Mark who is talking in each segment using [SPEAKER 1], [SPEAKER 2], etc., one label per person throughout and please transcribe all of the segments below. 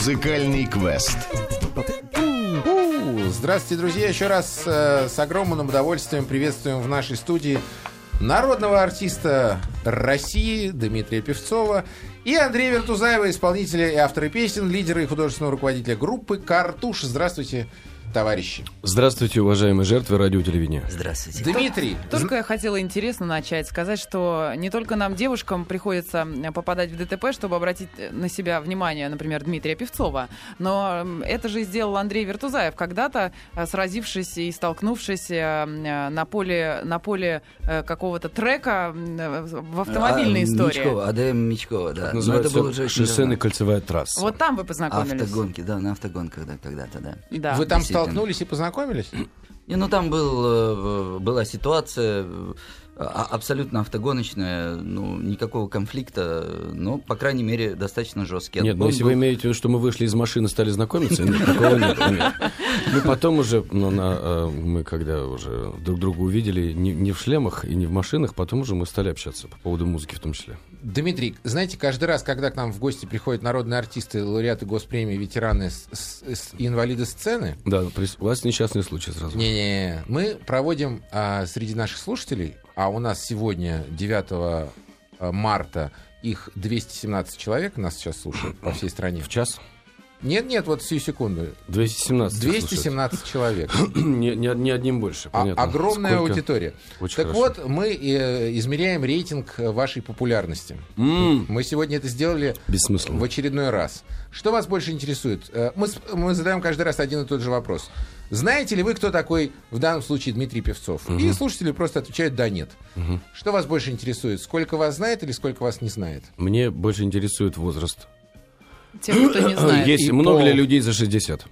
[SPEAKER 1] Музыкальный квест.
[SPEAKER 2] У, Здравствуйте, друзья. Еще раз э, с огромным удовольствием приветствуем в нашей студии народного артиста России Дмитрия Певцова и Андрея Вертузаева, исполнителя и автора песен, лидера и художественного руководителя группы «Картуш». Здравствуйте, товарищи.
[SPEAKER 3] Здравствуйте, уважаемые жертвы радиотелевидения.
[SPEAKER 4] Здравствуйте.
[SPEAKER 2] Дмитрий,
[SPEAKER 5] Только я хотела интересно начать, сказать, что не только нам, девушкам, приходится э, попадать в ДТП, чтобы обратить э, на себя внимание, например, Дмитрия Певцова, но м, это же сделал Андрей Вертузаев когда-то, э, сразившись и столкнувшись э, м, э, на поле, на поле э, какого-то трека м, э, в автомобильной
[SPEAKER 4] А,
[SPEAKER 5] истории.
[SPEAKER 4] Мичкова, АДМ Мичкова, да. Но ну, это
[SPEAKER 3] Называется
[SPEAKER 4] было уже очень
[SPEAKER 3] «Шоссейная
[SPEAKER 4] давно.
[SPEAKER 3] кольцевая трасса».
[SPEAKER 5] Вот там вы познакомились.
[SPEAKER 4] Автогонки, да, на автогонках да, когда-то, да.
[SPEAKER 5] Да.
[SPEAKER 2] вы там
[SPEAKER 4] действительно.
[SPEAKER 2] столкнулись и познакомились?
[SPEAKER 4] И, ну, там был, э, была ситуация э, а- абсолютно автогоночная, ну, никакого конфликта, э, но, по крайней мере, достаточно жесткий.
[SPEAKER 3] Нет, ну
[SPEAKER 4] Отгон
[SPEAKER 3] если
[SPEAKER 4] был-
[SPEAKER 3] вы имеете в виду, что мы вышли из машины, стали знакомиться, нет, такого нет. нет. Ну потом уже, ну, на, э, мы когда уже друг друга увидели, не, не в шлемах и не в машинах, потом уже мы стали общаться по поводу музыки в том числе.
[SPEAKER 2] Дмитрий, знаете, каждый раз, когда к нам в гости приходят народные артисты, лауреаты госпремии, ветераны с- с- с- и инвалиды сцены,
[SPEAKER 3] Да, прис- у вас несчастный случай сразу.
[SPEAKER 2] Не-не-не, мы проводим а, среди наших слушателей, а у нас сегодня 9 марта их 217 человек нас сейчас слушают по всей стране.
[SPEAKER 3] В час?
[SPEAKER 2] Нет-нет, вот сию секунду.
[SPEAKER 3] 217.
[SPEAKER 2] 217 человек.
[SPEAKER 3] слушает. не, не- не одним больше,
[SPEAKER 2] А-
[SPEAKER 3] понятно.
[SPEAKER 2] огромная
[SPEAKER 3] Сколько?
[SPEAKER 2] аудитория.
[SPEAKER 3] Очень
[SPEAKER 2] так
[SPEAKER 3] хорошо.
[SPEAKER 2] вот, мы э, измеряем рейтинг э, вашей популярности.
[SPEAKER 3] М,
[SPEAKER 2] Мы сегодня это сделали в
[SPEAKER 3] Бессмысленно.
[SPEAKER 2] очередной раз. Что вас больше интересует? Э, Мы, с- мы задаем каждый раз один и тот же вопрос. Знаете ли вы, кто такой, в данном случае, Дмитрий Певцов? И слушатели просто отвечают «да, нет». Что вас больше интересует? Сколько вас знает или сколько вас не знает?
[SPEAKER 3] Мне больше интересует возраст.
[SPEAKER 5] Те, кто не знает.
[SPEAKER 3] Есть
[SPEAKER 2] И
[SPEAKER 3] много
[SPEAKER 2] пол.
[SPEAKER 3] ли людей за 60?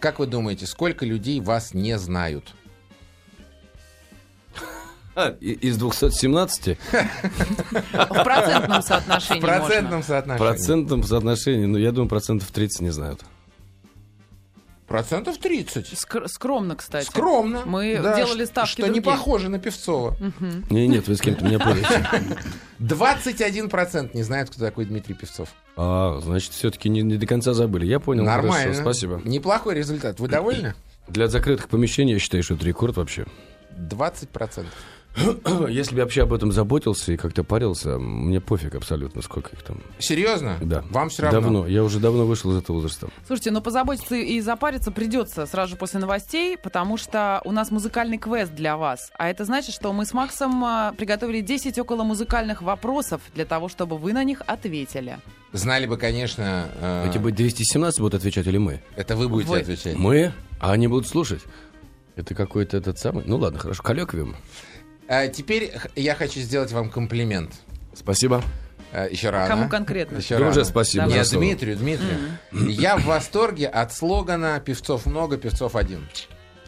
[SPEAKER 2] Как вы думаете, сколько людей вас не знают?
[SPEAKER 3] А, и- из 217?
[SPEAKER 5] В процентном соотношении
[SPEAKER 2] В процентном
[SPEAKER 3] В
[SPEAKER 2] соотношении.
[SPEAKER 3] процентном соотношении, ну, я думаю, процентов 30 не знают.
[SPEAKER 2] Процентов 30.
[SPEAKER 5] можно. Ск- скромно, кстати.
[SPEAKER 2] Скромно.
[SPEAKER 5] Мы
[SPEAKER 2] Да,
[SPEAKER 5] делали
[SPEAKER 2] ш-
[SPEAKER 5] ставки
[SPEAKER 2] Что не
[SPEAKER 5] другие.
[SPEAKER 2] похоже на Певцова.
[SPEAKER 3] Не, нет, вы с кем-то меня путаете.
[SPEAKER 2] 21% не знают, кто такой Дмитрий Певцов.
[SPEAKER 3] А, значит, все-таки не, не до конца забыли. Я понял.
[SPEAKER 2] Нормально.
[SPEAKER 3] Хорошо, спасибо.
[SPEAKER 2] Неплохой результат. Вы довольны?
[SPEAKER 3] Для закрытых помещений я считаю, что это рекорд вообще. Ну,
[SPEAKER 2] 20%.
[SPEAKER 3] Если бы я вообще об этом заботился и как-то парился, мне пофиг абсолютно, сколько их там.
[SPEAKER 2] Серьезно?
[SPEAKER 3] Да.
[SPEAKER 2] Вам все равно?
[SPEAKER 3] Давно. Я уже давно вышел из этого возраста.
[SPEAKER 5] Слушайте, ну позаботиться и запариться придется сразу же после новостей, потому что у нас музыкальный квест для вас. А это значит, что мы с Максом а, приготовили 10 около музыкальных вопросов для того, чтобы вы на них ответили.
[SPEAKER 2] Знали бы, конечно, э,
[SPEAKER 3] Эти бы 217 будут отвечать или мы?
[SPEAKER 2] это вы будете
[SPEAKER 5] Вы.
[SPEAKER 2] отвечать.
[SPEAKER 3] Мы? А они будут слушать. Это какой-то этот самый... Ну ладно, хорошо. Коллеквиум.
[SPEAKER 2] А теперь х- я хочу сделать вам комплимент.
[SPEAKER 3] Спасибо.
[SPEAKER 2] Э, еще рано.
[SPEAKER 5] Кому конкретно?
[SPEAKER 2] Еще
[SPEAKER 3] Да
[SPEAKER 2] рано.
[SPEAKER 3] уже спасибо
[SPEAKER 2] Нет,
[SPEAKER 3] за слово.
[SPEAKER 2] Дмитрию, Дмитрию. Я в восторге от слогана «Певцов много, певцов один».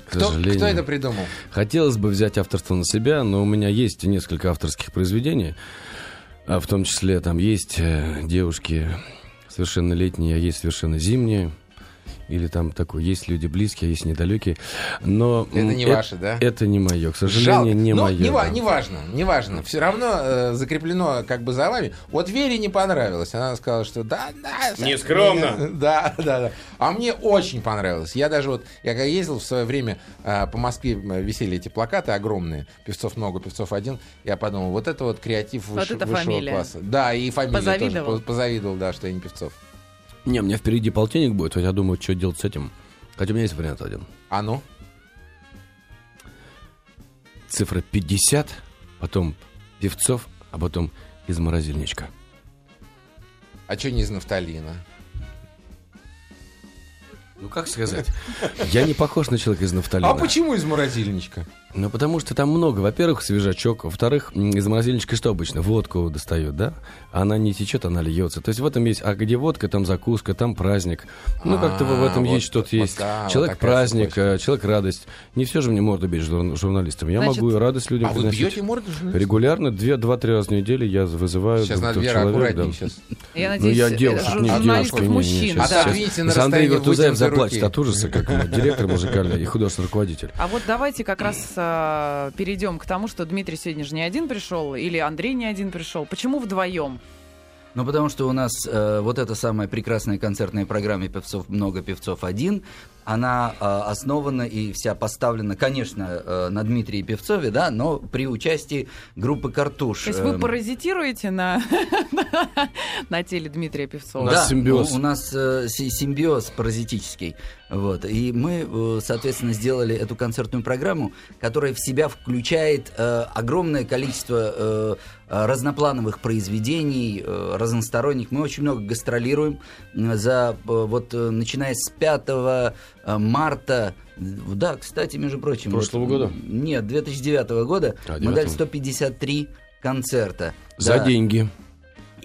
[SPEAKER 3] К
[SPEAKER 2] Кто,
[SPEAKER 3] сожалению.
[SPEAKER 2] кто это придумал?
[SPEAKER 3] Хотелось бы взять авторство на себя, но у меня есть несколько авторских произведений. А В том числе там есть э, девушки совершеннолетние, а есть совершенно зимние. Или там такое, есть люди близкие, а есть недалекие. Но
[SPEAKER 2] Это
[SPEAKER 3] м,
[SPEAKER 2] не
[SPEAKER 3] э-
[SPEAKER 2] ваше, да?
[SPEAKER 3] Это не мое, к сожалению,
[SPEAKER 2] Жалко.
[SPEAKER 3] не
[SPEAKER 2] Ну,
[SPEAKER 3] мое.
[SPEAKER 2] Не, ва-
[SPEAKER 3] да.
[SPEAKER 2] не важно, не важно. Все равно э, закреплено как бы за вами. Вот Вере не понравилось. Она сказала, что да, да. Не скромно. Да, да, да. А мне очень понравилось. Я даже вот, я когда ездил в свое время э, по Москве, э, висели эти плакаты огромные. Певцов много, певцов один. Я подумал, вот это вот креатив
[SPEAKER 5] Вот
[SPEAKER 2] выше-
[SPEAKER 5] это
[SPEAKER 2] высшего
[SPEAKER 5] фамилия.
[SPEAKER 2] класса. Да, и фамилия
[SPEAKER 5] Позавидовал.
[SPEAKER 2] тоже. По- Позавидовал, да, что я не Певцов.
[SPEAKER 3] Не, у меня впереди полтинник будет, вот я думаю, что делать с этим. Хотя у меня есть вариант один.
[SPEAKER 2] А ну?
[SPEAKER 3] Цифра 50, потом певцов, а потом из морозильничка.
[SPEAKER 2] А что не из нафталина?
[SPEAKER 3] Ну как сказать? Я не похож на человека из нафталина.
[SPEAKER 2] А почему из морозильничка?
[SPEAKER 3] Ну, потому что там много, во-первых, свежачок, во-вторых, м, из морозильничка что обычно? Водку достают, да? Она не течет, она льется. То есть в этом есть, а где водка, там закуска, там праздник. Ну, как-то в этом
[SPEAKER 2] А,
[SPEAKER 3] есть
[SPEAKER 2] вот-
[SPEAKER 3] что-то
[SPEAKER 2] вот
[SPEAKER 3] есть.
[SPEAKER 2] да, вот
[SPEAKER 3] человек
[SPEAKER 2] такая
[SPEAKER 3] праздник,
[SPEAKER 2] цепочка.
[SPEAKER 3] э, человек радость. Не все же мне морду бить жур- журналистам. Я
[SPEAKER 5] Значит,
[SPEAKER 3] могу и радость людям
[SPEAKER 2] А вы
[SPEAKER 3] приносить.
[SPEAKER 2] бьете морду? журналисту?
[SPEAKER 3] Регулярно, две, два-три раза в неделю я вызываю
[SPEAKER 2] Сейчас надо
[SPEAKER 3] двух
[SPEAKER 2] Вера
[SPEAKER 3] человек,
[SPEAKER 2] аккуратнее
[SPEAKER 3] да.
[SPEAKER 2] сейчас.
[SPEAKER 5] Я
[SPEAKER 3] Ну,
[SPEAKER 5] надеюсь,
[SPEAKER 3] я
[SPEAKER 5] э,
[SPEAKER 3] девушек,
[SPEAKER 5] жу-
[SPEAKER 3] не девушек.
[SPEAKER 5] журналистов
[SPEAKER 3] не, не, не,
[SPEAKER 5] мужчин.
[SPEAKER 3] сейчас,
[SPEAKER 2] А, да,
[SPEAKER 3] сейчас.
[SPEAKER 2] видите, на
[SPEAKER 3] Сейчас Андрей
[SPEAKER 2] расстоянии
[SPEAKER 3] Вертузаев
[SPEAKER 2] вытянутой
[SPEAKER 3] заплачет
[SPEAKER 2] руки.
[SPEAKER 3] от ужаса, как ему, директор музыкальный и художественный руководитель.
[SPEAKER 5] А вот давайте как раз э, перейдем к тому, что Дмитрий сегодня же не один пришел, или Андрей не один пришел. Почему вдвоем?
[SPEAKER 4] Ну, потому что у нас э, вот эта самая прекрасная концертная программа «Певцов много, певцов один», она э, основана и вся поставлена, конечно, э, на Дмитрии Певцове, да, но при участии группы «Картуш». Эм,
[SPEAKER 5] То есть
[SPEAKER 3] Эм.
[SPEAKER 5] вы паразитируете на, на теле Дмитрия Певцова?
[SPEAKER 4] У нас да, симбиоз. У, у нас э, симбиоз паразитический. Вот. И мы, э, соответственно, сделали эту концертную программу, которая в себя включает э, огромное количество э, разноплановых произведений, э, разносторонних. Мы очень много гастролируем. За, э, вот, э, начиная с 5 марта Э, да, кстати, между прочим...
[SPEAKER 3] Прошлого вот, года?
[SPEAKER 4] Нет, 2009 года. А, 9. мы дали 153 концерта.
[SPEAKER 3] За да. деньги.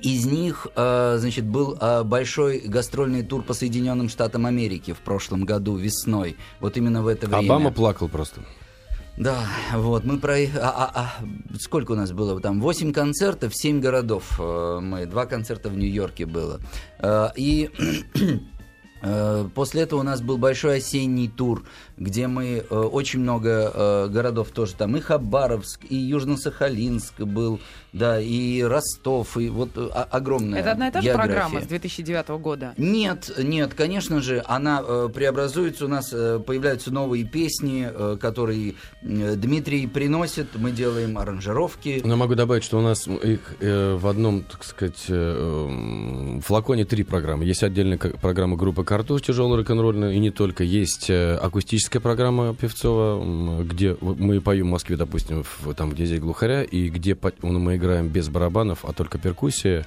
[SPEAKER 4] Из них, э, значит, был большой гастрольный тур по Соединенным Штатам Америки в прошлом году весной. Вот именно в это время.
[SPEAKER 3] Обама плакал просто.
[SPEAKER 4] Да, вот, мы про... А, а, а, сколько у нас было там? 8 концертов, 7 городов э, мы. Два концерта в Нью-Йорке было. Э, И... э, После этого у нас был большой осенний тур, где мы э, очень много э, городов тоже там, и Хабаровск, и Южно-Сахалинск был, да, и Ростов, и вот э, огромная
[SPEAKER 5] Это одна и та же география. программа с 2009 года?
[SPEAKER 4] Нет, нет, конечно же, она э, преобразуется, у нас э, появляются новые песни, э, которые э, Дмитрий приносит, мы делаем аранжировки.
[SPEAKER 2] Ну,
[SPEAKER 3] Но могу добавить, что у нас их э, в одном, так сказать, э, эм, флаконе три программы. Есть отдельная программа группы картуш тяжелый рок-н-ролл, и не только. Есть э, акустическая программа Певцова, где мы поем в Москве, допустим, в, там, где здесь глухаря, и где по- мы играем без барабанов, а только перкуссия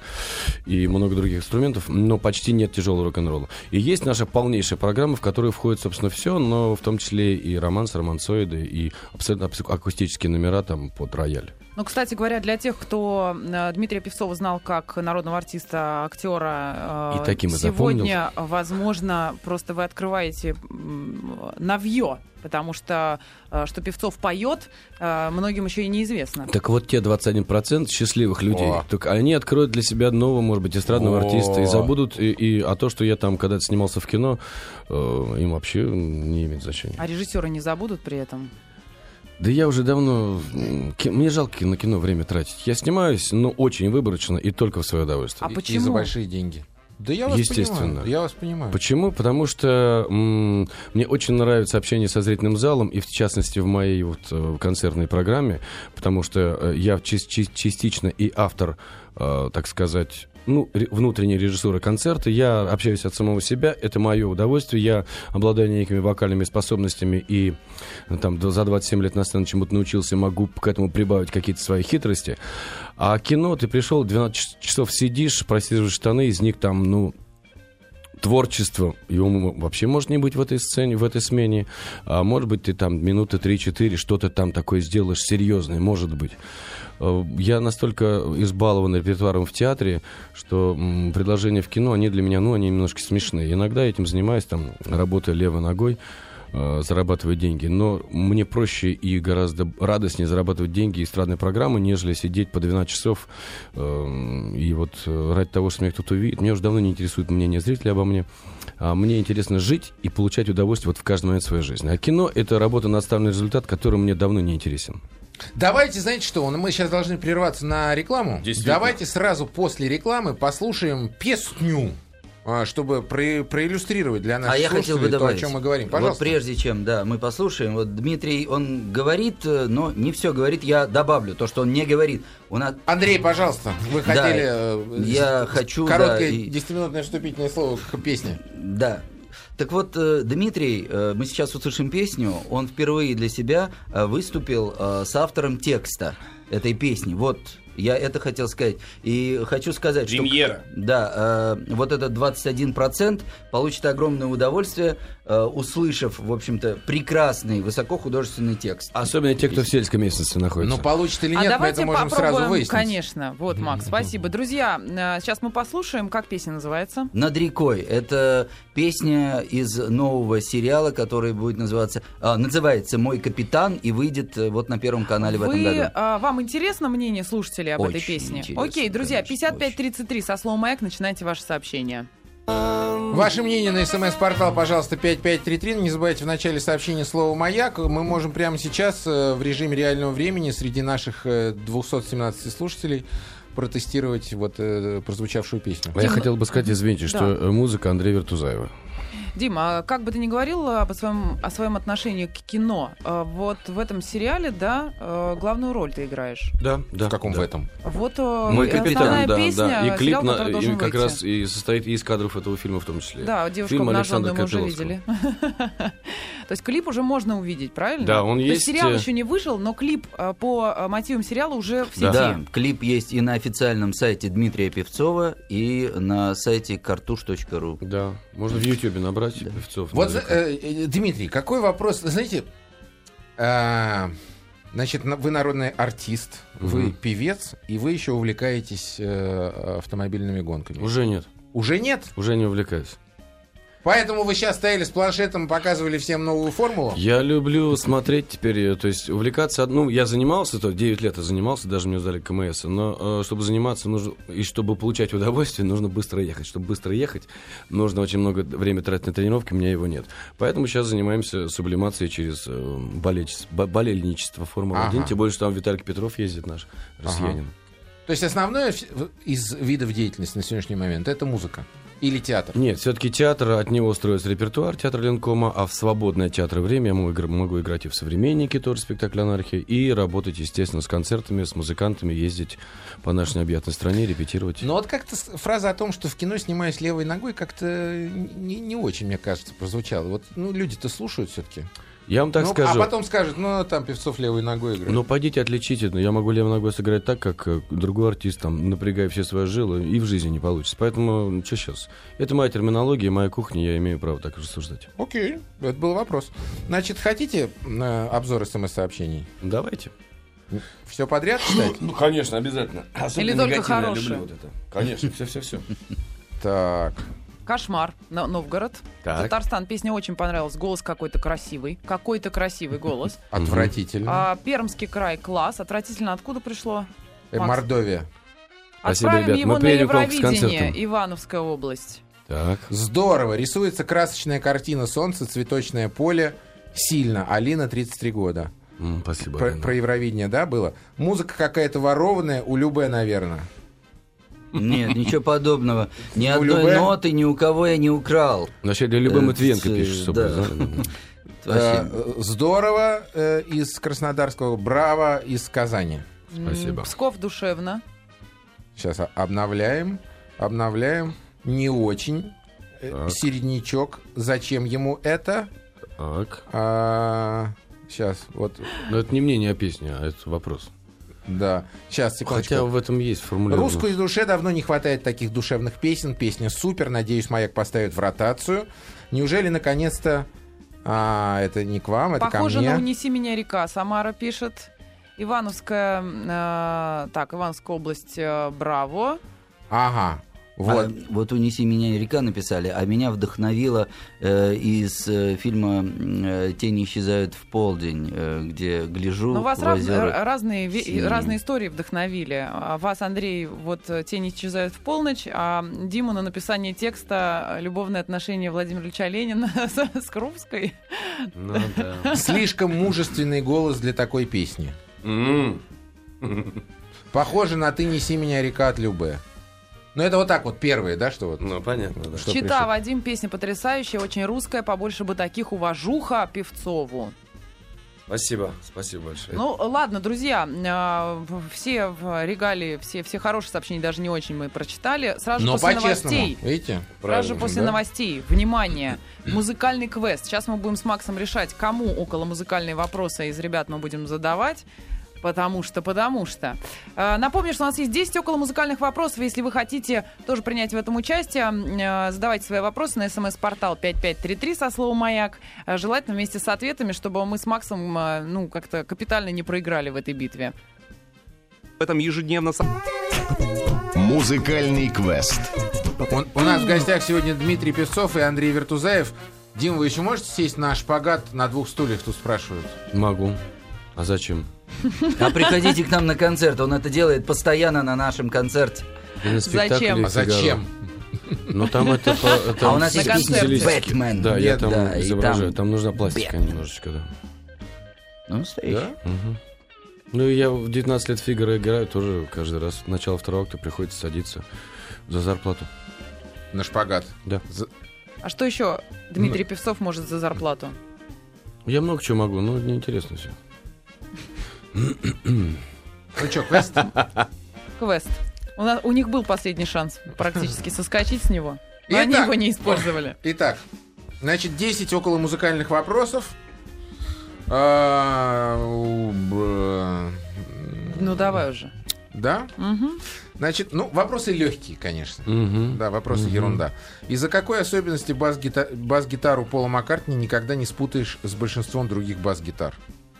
[SPEAKER 3] и много других инструментов, но почти нет тяжелого рок-н-ролла. И есть наша полнейшая программа, в которую входит, собственно, все, но в том числе и романс, романсоиды, и абсолютно акустические номера там под рояль.
[SPEAKER 5] Ну, кстати говоря, для тех, кто э, Дмитрия Певцова знал как народного артиста, актера, э,
[SPEAKER 3] и таким
[SPEAKER 5] сегодня, и возможно, просто вы открываете навье, потому что э, что Певцов поет, э, многим еще и неизвестно.
[SPEAKER 3] Так вот те 21% счастливых людей, О. так они откроют для себя нового, может быть, эстрадного О. артиста и забудут и, и о том, что я там когда-то снимался в кино, э, им вообще не имеет значения.
[SPEAKER 5] А режиссеры не забудут при этом?
[SPEAKER 3] Да я уже давно... Мне жалко на кино время тратить. Я снимаюсь, но очень выборочно и только в свое удовольствие.
[SPEAKER 5] А почему?
[SPEAKER 2] И за большие деньги. Да я вас Естественно. понимаю. Я вас понимаю.
[SPEAKER 3] Почему? Потому что м- мне очень нравится общение со зрительным залом, и в частности в моей вот э, концертной программе, потому что э, я чис- чис- частично и автор, э, так сказать, ну, ре- внутренней режиссуры концерта. Я общаюсь от самого себя, это мое удовольствие. Я обладаю некими вокальными способностями и э, там за 27 лет на сцене чему-то научился, могу к этому прибавить какие-то свои хитрости. А кино, ты пришел, 12 часов сидишь, просиживаешь штаны, из них там, ну, творчество, его вообще может не быть в этой сцене, в этой смене. А может быть, ты там минуты 3-4 что-то там такое сделаешь серьезное, может быть. Э, Я настолько избалован репертуаром в театре, что предложения в кино, они для меня, ну, они немножко смешные. Иногда я этим занимаюсь, там, работая левой ногой, зарабатывать деньги. Но мне проще и гораздо радостнее зарабатывать деньги эстрадной программы, нежели сидеть по 12 часов э, и вот ради того, что меня кто-то увидит. Меня уже давно не интересует мнение зрителей обо мне. А мне интересно жить и получать удовольствие вот в каждый момент своей жизни. А кино — это работа на оставленный результат, который мне давно не интересен.
[SPEAKER 2] Давайте, знаете что, мы сейчас должны прерваться на рекламу. Давайте сразу после рекламы послушаем песню а, чтобы про проиллюстрировать для нас.
[SPEAKER 4] А я хотел бы добавить,
[SPEAKER 2] то, о чем мы говорим.
[SPEAKER 4] Пожалуйста. Вот прежде чем, да, мы послушаем. Вот Дмитрий, он говорит, э, но не все говорит. Я добавлю то, что он не говорит. У нас...
[SPEAKER 2] Андрей, пожалуйста, вы да, хотели. э,
[SPEAKER 4] я с... хочу.
[SPEAKER 2] Короткое десятиминутное да, и... вступительное слово к песне.
[SPEAKER 4] Да. Так вот, э, Дмитрий, мы сейчас услышим песню. Он впервые для себя э, выступил с автором текста этой песни. Вот я это хотел сказать. И хочу сказать,
[SPEAKER 1] Премьера.
[SPEAKER 4] что... Да, э, вот этот 21% получит огромное удовольствие, э, услышав, в общем-то, прекрасный высокохудожественный текст.
[SPEAKER 3] Особенно те, кто в сельской местности находится.
[SPEAKER 2] Но получит или нет,
[SPEAKER 5] а
[SPEAKER 2] мы это можем сразу выяснить.
[SPEAKER 5] конечно. Вот, Макс, спасибо. Друзья, э, сейчас мы послушаем, как песня называется.
[SPEAKER 4] «Над рекой». Это песня из нового сериала, который будет называться... Э, называется «Мой капитан» и выйдет э, вот на Первом канале
[SPEAKER 5] Вы,
[SPEAKER 4] в этом году.
[SPEAKER 5] Э, вам интересно мнение слушателей? слушателей об очень этой песне. Окей, друзья, 5533 со словом «Эк» начинайте ваше сообщение.
[SPEAKER 2] Ваше мнение на смс-портал, пожалуйста, 5533. Не забывайте в начале сообщения слово «Маяк». Мы можем э, прямо сейчас в режиме реального времени среди наших 217 э, слушателей протестировать вот э, прозвучавшую песню.
[SPEAKER 3] А Я хотел бы сказать, извините, что э, музыка Андрея Вертузаева.
[SPEAKER 5] Дима, а как бы ты ни говорил об своем, о своем отношении к кино, э, вот в этом сериале, да, э, главную роль ты играешь.
[SPEAKER 3] Да, да.
[SPEAKER 2] в каком
[SPEAKER 3] да.
[SPEAKER 2] в этом?
[SPEAKER 5] Вот э,
[SPEAKER 3] Мой
[SPEAKER 5] и
[SPEAKER 3] капитан,
[SPEAKER 5] основная
[SPEAKER 3] да,
[SPEAKER 5] песня,
[SPEAKER 3] да. И клип
[SPEAKER 5] сериал,
[SPEAKER 3] на,
[SPEAKER 5] который
[SPEAKER 3] и
[SPEAKER 5] должен
[SPEAKER 3] как
[SPEAKER 5] выйти.
[SPEAKER 3] раз и состоит из кадров этого фильма в том числе.
[SPEAKER 5] Да, девушку
[SPEAKER 3] Фильм
[SPEAKER 5] обнаженную мы
[SPEAKER 3] Александра
[SPEAKER 5] уже
[SPEAKER 3] Копиловского.
[SPEAKER 5] видели. То есть клип уже можно увидеть, правильно?
[SPEAKER 3] Да, он
[SPEAKER 5] То
[SPEAKER 3] есть,
[SPEAKER 5] сериал
[SPEAKER 3] э,
[SPEAKER 5] еще не вышел, но клип э, по э, мотивам сериала уже в сети.
[SPEAKER 4] Да, клип есть и на официальном сайте Дмитрия Певцова, и на сайте картуш.ру.
[SPEAKER 3] Да, можно в Ютьюбе набрать певцов.
[SPEAKER 2] Вот,
[SPEAKER 3] музыка.
[SPEAKER 2] э, э, Дмитрий, какой вопрос? Знаете, а, значит, на- вы народный артист, вы
[SPEAKER 3] Мгм.
[SPEAKER 2] певец, и вы еще увлекаетесь э, автомобильными гонками.
[SPEAKER 3] Уже нет,
[SPEAKER 2] Уже нет?
[SPEAKER 3] уже не увлекаюсь.
[SPEAKER 2] Поэтому вы сейчас стояли с планшетом, показывали всем новую формулу?
[SPEAKER 3] Я люблю смотреть теперь, э, то есть увлекаться. Ну, я занимался, то 9 лет я занимался, даже мне сдали КМС. Но э, чтобы заниматься нужно, и чтобы получать удовольствие, нужно быстро ехать. Чтобы быстро ехать, нужно очень много времени тратить на тренировки, у меня его нет. Поэтому сейчас занимаемся сублимацией через э, болельчес- бо- болельничество Формулы-1.
[SPEAKER 2] Ага.
[SPEAKER 3] Тем более, что там Виталик Петров ездит наш, россиянин.
[SPEAKER 2] То есть основное вс- из видов деятельности на сегодняшний момент это музыка или театр.
[SPEAKER 3] Нет, все-таки театр, от него строится репертуар театра Ленкома, а в свободное театр время я могу, игр- могу играть и в «Современнике», тоже спектакль «Анархия», и работать, естественно, с концертами, с музыкантами, ездить по нашей необъятной стране, репетировать.
[SPEAKER 2] Но вот как-то с- фраза о том, что в кино снимаюсь левой ногой, как-то не, не очень, мне кажется, прозвучала. Вот ну, люди-то слушают все-таки.
[SPEAKER 3] Я вам так скажу,
[SPEAKER 2] А потом скажут, ну там певцов левой ногой играют.
[SPEAKER 3] ну, пойдите, отличите, но я могу левой ногой сыграть так, как э, другой артист, там, напрягая все свои жилы, и в жизни не получится. Поэтому, что сейчас? Это моя терминология, моя кухня, я имею право так рассуждать.
[SPEAKER 2] Окей, это был вопрос. Значит, хотите э, обзор смс-сообщений?
[SPEAKER 3] Давайте.
[SPEAKER 2] Все подряд читать?
[SPEAKER 3] Ну, конечно, обязательно.
[SPEAKER 5] Особенно только негативно, я люблю хорошие. вот
[SPEAKER 3] это. Конечно, все-все-все.
[SPEAKER 2] Так.
[SPEAKER 5] Кошмар. Но- Новгород. Татарстан. Песня очень понравилась. Голос какой-то красивый. Какой-то красивый голос.
[SPEAKER 2] Отвратительно.
[SPEAKER 5] А, Пермский край. Класс. Отвратительно. Откуда пришло?
[SPEAKER 2] Э,
[SPEAKER 5] Макс.
[SPEAKER 2] Мордовия.
[SPEAKER 3] Спасибо,
[SPEAKER 5] Отправим
[SPEAKER 3] ребят.
[SPEAKER 5] его
[SPEAKER 3] Мы
[SPEAKER 5] на
[SPEAKER 3] приедем к вам с
[SPEAKER 5] Евровидение.
[SPEAKER 3] концертом.
[SPEAKER 5] Ивановская область.
[SPEAKER 3] Так.
[SPEAKER 2] Здорово. Рисуется красочная картина солнца, цветочное поле. Сильно. Алина, 33 года.
[SPEAKER 3] М, Спасибо.
[SPEAKER 2] Про,
[SPEAKER 3] Алина.
[SPEAKER 2] про Евровидение, да, было? Музыка какая-то ворованная, у Любе, наверное.
[SPEAKER 4] Нет, ничего подобного. Ни
[SPEAKER 2] У
[SPEAKER 4] одной
[SPEAKER 2] Любе?
[SPEAKER 4] ноты ни у кого я не украл.
[SPEAKER 3] Вначале Любэ
[SPEAKER 4] Э,
[SPEAKER 3] Матвиенко
[SPEAKER 4] э,
[SPEAKER 3] пишет, чтобы...
[SPEAKER 4] да.
[SPEAKER 3] знали.
[SPEAKER 4] Вообще.
[SPEAKER 2] Э, э, здорово э, из Краснодарского, браво из Казани.
[SPEAKER 5] М,
[SPEAKER 3] Спасибо.
[SPEAKER 5] Псков душевно.
[SPEAKER 2] Сейчас обновляем, обновляем. Не очень. Э,
[SPEAKER 3] Так.
[SPEAKER 2] Середнячок. Зачем ему это?
[SPEAKER 3] Так.
[SPEAKER 2] сейчас, вот,
[SPEAKER 3] Но это не мнение, а песня, а это вопрос.
[SPEAKER 2] да. Сейчас, секундочку.
[SPEAKER 3] Хотя в этом есть формулировка.
[SPEAKER 2] Русской душе давно не хватает таких душевных песен. Песня супер. Надеюсь, маяк поставит в ротацию. Неужели наконец-то... А, это не к вам, это
[SPEAKER 5] Похоже
[SPEAKER 2] ко мне.
[SPEAKER 5] на «Унеси меня река», Самара пишет. Ивановская, э, так, Ивановская область, э, браво.
[SPEAKER 2] Ага.
[SPEAKER 4] А,
[SPEAKER 2] Вот.
[SPEAKER 4] вот «Унеси меня, река» написали, а меня вдохновило э, из э, фильма м, э, «Тени исчезают в полдень», э, где
[SPEAKER 2] Ну,
[SPEAKER 4] гляжу
[SPEAKER 5] Но Ну, вас э,
[SPEAKER 4] в
[SPEAKER 5] раз-
[SPEAKER 4] озера.
[SPEAKER 5] р- разные, ве-
[SPEAKER 4] синие.
[SPEAKER 5] разные истории вдохновили. А Вас, Андрей, вот э, «Тени исчезают в полночь», а Диму на написание текста «Любовные отношения Владимира Ильича Ленина» с, с Крупской.
[SPEAKER 3] Ну да.
[SPEAKER 2] Слишком мужественный голос для такой песни.
[SPEAKER 3] М.
[SPEAKER 2] Похоже на «Ты неси меня, река от Любе». Ну, это вот так вот первые, да, что вот?
[SPEAKER 3] Ну, понятно, да.
[SPEAKER 2] Что
[SPEAKER 5] Чита,
[SPEAKER 2] пришло?
[SPEAKER 5] Вадим, песня потрясающая, очень русская, побольше бы таких уважуха Певцову.
[SPEAKER 3] Спасибо, спасибо большое.
[SPEAKER 5] Ну, ладно, друзья, э, в- все в регалии, все, все хорошие сообщения, даже не очень мы прочитали. Сразу
[SPEAKER 2] Но
[SPEAKER 5] после
[SPEAKER 2] по-честному,
[SPEAKER 5] новостей.
[SPEAKER 2] видите?
[SPEAKER 5] Сразу же после
[SPEAKER 2] да.
[SPEAKER 5] новостей. Внимание! Музыкальный квест. Сейчас мы будем с Максом решать, кому около музыкальные вопросы из ребят мы будем задавать. Потому что, потому что. Э, Напомню, что у нас есть 10 около музыкальных вопросов. Если вы хотите тоже принять в этом участие, э, задавайте свои вопросы на смс-портал 5533 со словом «Маяк». Э, Желательно вместе с ответами, чтобы мы с Максом э, ну как-то капитально не проиграли в этой битве.
[SPEAKER 1] В этом ежедневно... со-
[SPEAKER 6] Музыкальный квест.
[SPEAKER 2] Он- у нас в гостях сегодня Дмитрий Певцов и Андрей Вертузаев. Дим, вы еще можете сесть на шпагат на двух стульях, тут спрашивают?
[SPEAKER 3] Могу. А зачем?
[SPEAKER 4] А приходите к нам на концерт, он это делает постоянно на нашем концерте.
[SPEAKER 3] И на спектакле
[SPEAKER 5] Зачем?
[SPEAKER 3] и
[SPEAKER 2] А зачем?
[SPEAKER 3] «Фигаро». Ну, там это... по- там
[SPEAKER 4] А у нас
[SPEAKER 5] На
[SPEAKER 4] есть песня
[SPEAKER 5] концерте.
[SPEAKER 4] «Бэтмен».
[SPEAKER 3] Да, я
[SPEAKER 4] Нет,
[SPEAKER 3] там
[SPEAKER 4] да, и
[SPEAKER 3] изображаю.
[SPEAKER 4] там-
[SPEAKER 3] Там нужна пластика
[SPEAKER 4] Бэтмен.
[SPEAKER 3] немножечко, да.
[SPEAKER 4] Ну, настоящий.
[SPEAKER 3] Мгм. Ну, я в 19 лет фигура играю тоже каждый раз. Начало второго акта приходится садиться за зарплату.
[SPEAKER 2] На шпагат.
[SPEAKER 3] Да.
[SPEAKER 2] За-
[SPEAKER 5] А что еще Дмитрий Певцов может за зарплату?
[SPEAKER 3] Я много чего могу, но неинтересно все.
[SPEAKER 2] Ну что, квест?
[SPEAKER 5] Квест. У, нас, у них был последний шанс практически соскочить с него. Но они
[SPEAKER 2] Итак.
[SPEAKER 5] его не использовали.
[SPEAKER 2] Итак, значит, 10 около музыкальных вопросов. А, у, б,
[SPEAKER 5] Ну давай уже.
[SPEAKER 2] Да?
[SPEAKER 5] Мгм.
[SPEAKER 2] Значит, ну, вопросы легкие, конечно.
[SPEAKER 3] Мгм.
[SPEAKER 2] Да, вопросы ерунда. Из-за какой особенности бас-гита- бас-гитару Пола Маккартни никогда не спутаешь с большинством других бас-гитар?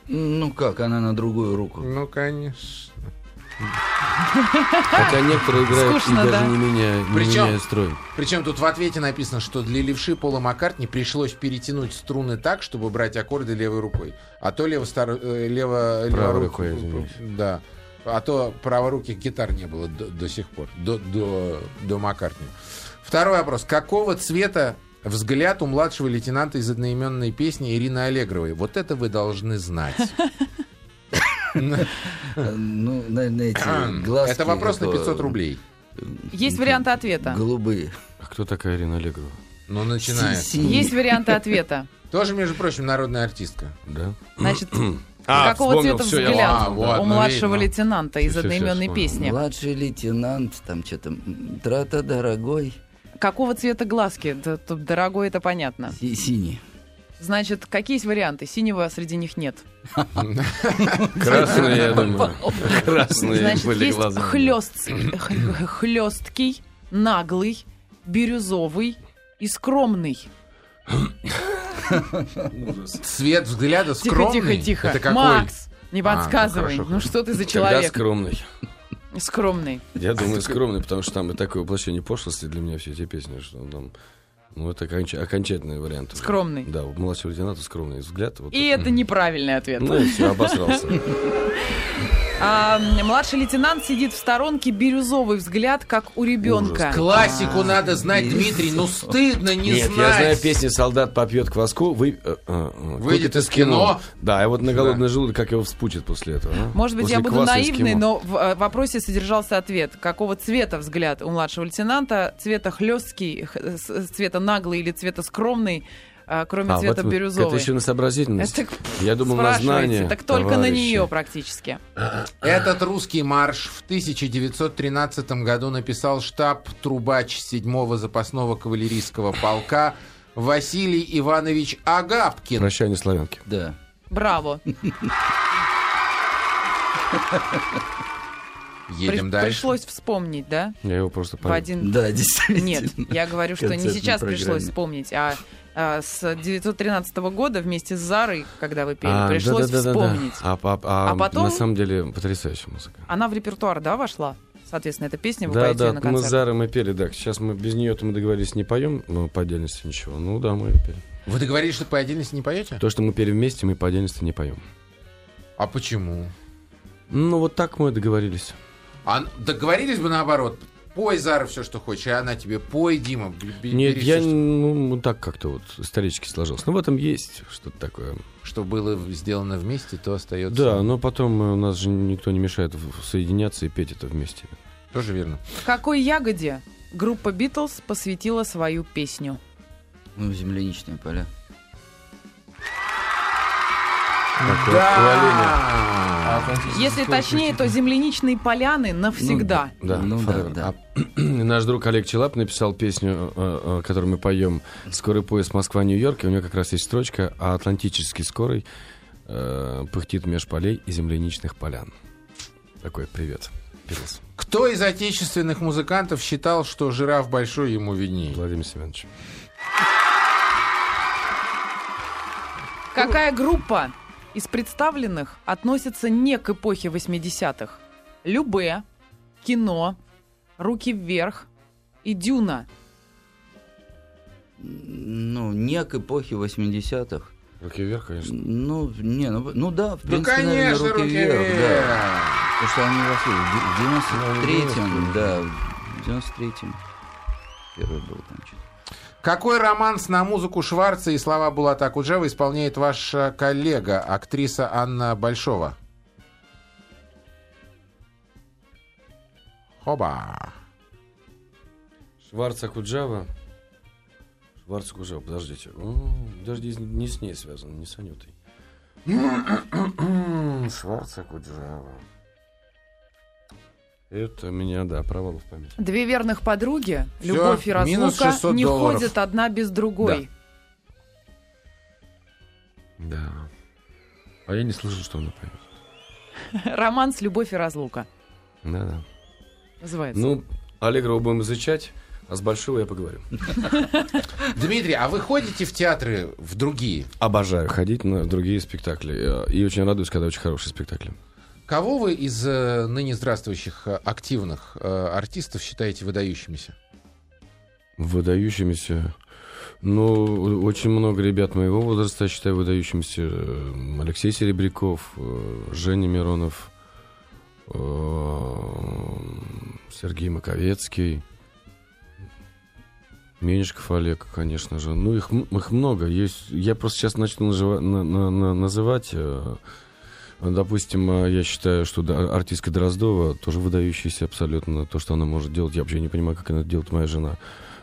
[SPEAKER 4] Ну как, она на другую руку.
[SPEAKER 2] Ну, конечно.
[SPEAKER 3] Хотя некоторые играют
[SPEAKER 5] Скучно,
[SPEAKER 3] и
[SPEAKER 5] да.
[SPEAKER 3] даже не меняя, не
[SPEAKER 2] Причем-
[SPEAKER 3] меняя строй.
[SPEAKER 2] Причем тут в ответе написано, что для левши Пола Маккартни пришлось перетянуть струны так, чтобы брать аккорды левой рукой. А то лево стар- э, лево,
[SPEAKER 3] Правой
[SPEAKER 2] леворук-
[SPEAKER 3] рукой, извиняюсь.
[SPEAKER 2] Да. А то праворуких гитар не было до, до сих пор, до, до, до Маккартни. Второй вопрос. Какого цвета взгляд у младшего лейтенанта из одноименной песни Ирины Аллегровой? Вот это вы должны знать.
[SPEAKER 4] Э, Ну, наверное, эти глазки...
[SPEAKER 2] Это вопрос на
[SPEAKER 4] такого-
[SPEAKER 2] 500 рублей.
[SPEAKER 5] Есть варианты ответа.
[SPEAKER 4] Голубые.
[SPEAKER 3] А кто такая Ирина Аллегрова?
[SPEAKER 2] Ну, начинаем.
[SPEAKER 4] Си- синие.
[SPEAKER 5] Есть варианты ответа.
[SPEAKER 2] Тоже, между прочим, народная артистка.
[SPEAKER 3] Да?
[SPEAKER 5] Значит,
[SPEAKER 3] А,
[SPEAKER 5] какого
[SPEAKER 3] вспомнил,
[SPEAKER 5] цвета
[SPEAKER 3] всё, я-
[SPEAKER 5] взгляд
[SPEAKER 2] А, вот, ну,
[SPEAKER 5] у младшего
[SPEAKER 2] видно.
[SPEAKER 5] лейтенанта из
[SPEAKER 3] Всё, всё, всё
[SPEAKER 5] одноименной
[SPEAKER 3] вспомнил.
[SPEAKER 5] песни?
[SPEAKER 4] Младший лейтенант, там что-то... м, Трата, дорогой.
[SPEAKER 5] Какого цвета глазки? Да, тут дорогой, это
[SPEAKER 3] А.
[SPEAKER 5] понятно.
[SPEAKER 4] Си- Синий.
[SPEAKER 5] Значит, какие есть варианты? Синего среди них нет.
[SPEAKER 3] Красные, я думаю. Красные
[SPEAKER 5] Значит,
[SPEAKER 3] Ну, были
[SPEAKER 5] есть
[SPEAKER 3] глаза.
[SPEAKER 5] хлёст- хлё- хлёсткий, наглый, бирюзовый и скромный.
[SPEAKER 2] Цвет взгляда
[SPEAKER 5] Тихо,
[SPEAKER 2] скромный.
[SPEAKER 5] тихо, тихо.
[SPEAKER 2] Это какой?
[SPEAKER 5] Макс, не
[SPEAKER 2] А, ну,
[SPEAKER 5] подсказывай.
[SPEAKER 2] хорошо,
[SPEAKER 5] ну,
[SPEAKER 2] хорошо.
[SPEAKER 5] что ты за
[SPEAKER 3] Когда
[SPEAKER 5] человек?
[SPEAKER 3] скромный.
[SPEAKER 5] Скромный.
[SPEAKER 3] Я думаю, скромный, потому что там и такое воплощение пошлости для меня все эти песни, что он там... Ну, это оконч- окончательный вариант. уже.
[SPEAKER 5] Скромный.
[SPEAKER 3] Да, у младшего лейтенанта скромный взгляд. Вот
[SPEAKER 5] И это неправильный ответ.
[SPEAKER 3] Ну и все, обосрался.
[SPEAKER 5] А, м, младший лейтенант сидит в сторонке, бирюзовый взгляд, как у ребенка.
[SPEAKER 2] Классику надо знать, Дмитрий. Ну стыдно не
[SPEAKER 3] Нет,
[SPEAKER 2] знать.
[SPEAKER 3] я знаю песню «Солдат попьет кваску», вы, э, э, э,
[SPEAKER 2] Выйдет
[SPEAKER 3] купит
[SPEAKER 2] из кино.
[SPEAKER 3] Да, и вот на голодный желудок, как его вспучит после этого. а?
[SPEAKER 5] Может быть,
[SPEAKER 3] После
[SPEAKER 5] я буду
[SPEAKER 3] кваса из
[SPEAKER 5] наивной,
[SPEAKER 3] кино.
[SPEAKER 5] но в э, вопросе содержался ответ. Какого цвета взгляд у младшего лейтенанта? Цвета хлесткий, х- э, с- цвета наглый или цвета скромный, а, кроме
[SPEAKER 3] А, вот
[SPEAKER 5] цвета
[SPEAKER 3] вы- Это
[SPEAKER 5] бирюзовый?
[SPEAKER 3] еще на сообразительность.
[SPEAKER 5] Это к-
[SPEAKER 3] Я думал, на
[SPEAKER 5] спрашиваете,
[SPEAKER 3] знание.
[SPEAKER 5] Так только на
[SPEAKER 3] товарищи.
[SPEAKER 5] нее практически.
[SPEAKER 2] Этот русский марш в 1913 году написал штаб трубач 7-го запасного кавалерийского полка Василий Иванович Агапкин.
[SPEAKER 3] Прощание славянки.
[SPEAKER 4] Да.
[SPEAKER 5] Браво.
[SPEAKER 2] Едем
[SPEAKER 5] При-
[SPEAKER 2] дальше.
[SPEAKER 5] Пришлось вспомнить, да?
[SPEAKER 3] Я его просто
[SPEAKER 5] В
[SPEAKER 3] понял.
[SPEAKER 5] один...
[SPEAKER 4] Да, действительно.
[SPEAKER 5] Нет, я говорю, что не
[SPEAKER 4] Концертной
[SPEAKER 5] сейчас
[SPEAKER 4] программе.
[SPEAKER 5] пришлось вспомнить, а, а, с 913 года вместе с Зарой, когда вы пели,
[SPEAKER 3] А,
[SPEAKER 5] пришлось
[SPEAKER 3] да-да-да-да-да.
[SPEAKER 5] вспомнить.
[SPEAKER 3] А, а- а
[SPEAKER 5] А потом-
[SPEAKER 3] на самом деле потрясающая музыка.
[SPEAKER 5] Она в репертуар, да, вошла? Соответственно, эта песня, вы
[SPEAKER 3] Да,
[SPEAKER 5] поете
[SPEAKER 3] да,
[SPEAKER 5] её на
[SPEAKER 3] мы
[SPEAKER 5] концерт.
[SPEAKER 3] с Зарой мы пели, да. Сейчас мы без нее мы договорились, не поем ну, по отдельности ничего. Ну да, мы её пели.
[SPEAKER 2] Вы договорились, что по отдельности не поете?
[SPEAKER 3] То, что мы пели вместе, мы по отдельности не поем.
[SPEAKER 2] А почему?
[SPEAKER 3] Ну вот так мы договорились.
[SPEAKER 2] А договорились бы наоборот. Пой, Зара, все, что хочешь, и она тебе. Пой, Дима. б- б-
[SPEAKER 3] Нет,
[SPEAKER 2] бери
[SPEAKER 3] я
[SPEAKER 2] всё,
[SPEAKER 3] ну, вот так как-то вот исторически сложилось. Ну, в этом есть что-то такое.
[SPEAKER 2] что, что было в- сделано вместе, то остается.
[SPEAKER 3] Да, но потом э, у нас же никто не мешает в- соединяться и петь это вместе.
[SPEAKER 2] Тоже верно.
[SPEAKER 5] Какой ягоде группа Битлз посвятила свою песню?
[SPEAKER 4] Ну, земляничные поля.
[SPEAKER 3] Такое
[SPEAKER 2] Да!
[SPEAKER 5] Если точнее, то земляничные поляны навсегда.
[SPEAKER 3] отклонение. Да,
[SPEAKER 4] ну, да,
[SPEAKER 3] forever.
[SPEAKER 4] да.
[SPEAKER 3] И Наш друг Олег Челап написал песню, э, э, которую мы поем «Скорый поезд Москва-Нью-Йорк», и у него как раз есть строчка «А атлантический скорый э, пыхтит меж полей и земляничных полян». Такой привет, Битлз.
[SPEAKER 2] Кто из отечественных музыкантов считал, что жираф большой ему виднее?
[SPEAKER 3] Владимир Семенович.
[SPEAKER 5] Какая группа из представленных относится не к эпохе 80-х? Любе, кино, руки вверх и дюна.
[SPEAKER 4] Ну, не к эпохе 80-х.
[SPEAKER 3] Руки вверх, конечно.
[SPEAKER 4] Ну, не, ну, ну да, в
[SPEAKER 2] Ну,
[SPEAKER 4] принципе, наверное,
[SPEAKER 2] конечно,
[SPEAKER 4] руки,
[SPEAKER 2] руки
[SPEAKER 4] вверх, да.
[SPEAKER 2] вверх.
[SPEAKER 4] Потому что они вошли
[SPEAKER 5] Ну,
[SPEAKER 4] в де- в 93-м, да, в 93-м. Первый был там что-то.
[SPEAKER 2] Какой романс на музыку Шварца и слова Булата Акуджава исполняет ваша коллега, актриса Анна Большова? Оба.
[SPEAKER 3] Шварца Куджава. Шварца Куджава, подождите. М, Даже не, не с ней связано, не с Анютой. Шварца Куджава. Это меня, да, провал в памяти.
[SPEAKER 5] Две верных подруги,
[SPEAKER 2] Всё,
[SPEAKER 5] любовь и
[SPEAKER 2] минус
[SPEAKER 5] разлука,
[SPEAKER 2] 600
[SPEAKER 5] не
[SPEAKER 2] долларов.
[SPEAKER 5] ходят одна без другой.
[SPEAKER 3] Да. А я не слышал, что он на память.
[SPEAKER 5] Романс, любовь и разлука
[SPEAKER 3] Да, да.
[SPEAKER 5] называется.
[SPEAKER 3] Ну, Аллегрова будем изучать, а с Большого я поговорю.
[SPEAKER 2] Дмитрий, а вы ходите в театры в другие?
[SPEAKER 3] Обожаю ходить на другие спектакли. э, И очень радуюсь, когда очень хорошие спектакли.
[SPEAKER 2] Кого вы из э, ныне здравствующих э, активных э, артистов считаете выдающимися?
[SPEAKER 3] Выдающимися. Ну, очень много ребят моего возраста я считаю выдающимися. Э, Алексей Серебряков, э, Женя Миронов, э, Сергей Маковецкий, Менешков Олег, конечно же. Ну, их, м- их много. Есть, я просто сейчас начну нажива- на- на- на- называть. э, Допустим, э, я считаю, что да, артистка Дроздова тоже выдающаяся абсолютно. То, что она может делать, я вообще не понимаю, как она это делает, моя жена.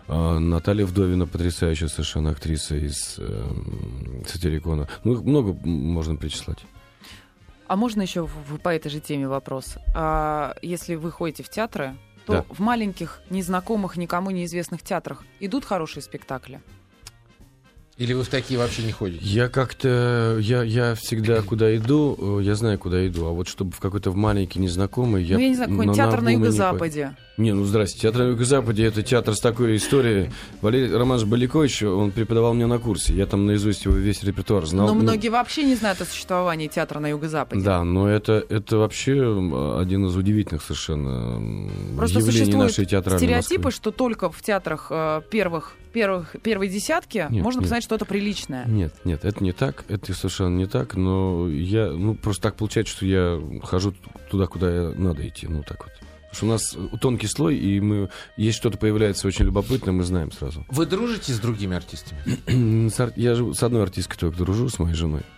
[SPEAKER 3] А, Наталья Вдовина, потрясающая совершенно актриса из эм, Сатирикона. Ну, их много м, можно причислять.
[SPEAKER 5] А можно еще в- в- по этой же теме вопрос? А, если вы ходите в театры, то
[SPEAKER 3] Да.
[SPEAKER 5] в маленьких, незнакомых, никому неизвестных театрах идут хорошие спектакли?
[SPEAKER 2] Или вы в такие вообще не ходите?
[SPEAKER 3] Я как-то, я, я всегда куда иду, э, я знаю, куда иду. А вот чтобы в какой-то в маленький незнакомый... Я,
[SPEAKER 5] ну, я не знаю, какой-нибудь
[SPEAKER 3] на-
[SPEAKER 5] театр на
[SPEAKER 3] наобум и не пойду.
[SPEAKER 5] Юго-Западе.
[SPEAKER 3] Не, ну здрасте. Театр на Юго-Западе это театр с такой историей. Валерий Романович Баликович, он преподавал мне на курсе. Я там наизусть его весь репертуар знал.
[SPEAKER 5] Но
[SPEAKER 3] Ну,
[SPEAKER 5] многие вообще не знают о существовании театра на Юго-Западе.
[SPEAKER 3] Да, но это, это вообще м, один из удивительных совершенно м,
[SPEAKER 5] Просто
[SPEAKER 3] явлений
[SPEAKER 5] существуют
[SPEAKER 3] нашей театральной
[SPEAKER 5] Стереотипы,
[SPEAKER 3] Москвы.
[SPEAKER 5] что только в театрах э, первых, первых, первой десятки
[SPEAKER 3] Нет,
[SPEAKER 5] можно
[SPEAKER 3] нет.
[SPEAKER 5] познать что-то приличное.
[SPEAKER 3] Нет, нет, это не так, это совершенно не так, но я, ну, просто так получается, что я хожу туда, куда я надо идти, ну, так вот. Потому что у нас э, тонкий слой, и мы, если что-то появляется очень любопытное, мы знаем сразу.
[SPEAKER 2] Вы дружите с другими артистами?
[SPEAKER 3] С ар- я же с одной артисткой только дружу, с моей женой.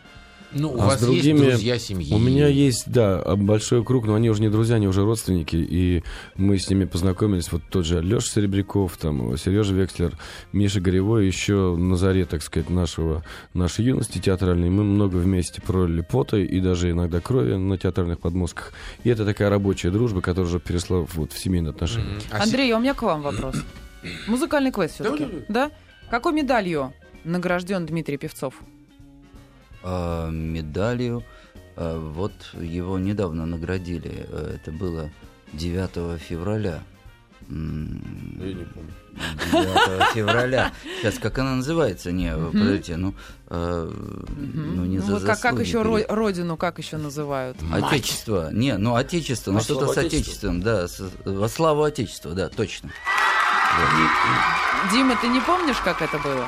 [SPEAKER 2] Ну, у
[SPEAKER 3] А с
[SPEAKER 2] вас есть
[SPEAKER 3] другими-
[SPEAKER 2] друзья семьи.
[SPEAKER 3] У меня есть, да, большой круг, но они уже не друзья, они уже родственники, и мы с ними познакомились. Вот тот же Леша Серебряков, там, Сережа Векслер, Миша Горевой, еще на заре, так сказать, нашего, нашей юности театральной. Мы много вместе пролили пота и даже иногда крови на театральных подмозгах. И это такая рабочая дружба, которая уже перешла вот в семейные отношения.
[SPEAKER 2] Мгм. А
[SPEAKER 5] Андрей, а у меня к вам вопрос. Музыкальный квест все-таки.
[SPEAKER 2] Да, да,
[SPEAKER 5] Да? Какой медалью награжден Дмитрий Певцов?
[SPEAKER 4] А, медалью. а, вот его недавно наградили. э, Это было 9 февраля. М, 9 февраля. Сейчас, как она называется? Не,
[SPEAKER 5] Мгм.
[SPEAKER 4] подождите, ну, э,
[SPEAKER 5] Мгм.
[SPEAKER 4] ну не за
[SPEAKER 5] Ну, как, как
[SPEAKER 4] заслуги
[SPEAKER 5] еще
[SPEAKER 4] перед-
[SPEAKER 5] ро- родину, как еще называют?
[SPEAKER 4] Отечество. Не, ну отечество, ну
[SPEAKER 3] Во
[SPEAKER 4] что-то
[SPEAKER 3] славу
[SPEAKER 4] с отечеством, да, с- во славу отечества, да, точно.
[SPEAKER 5] Дима, ты не помнишь, как это было?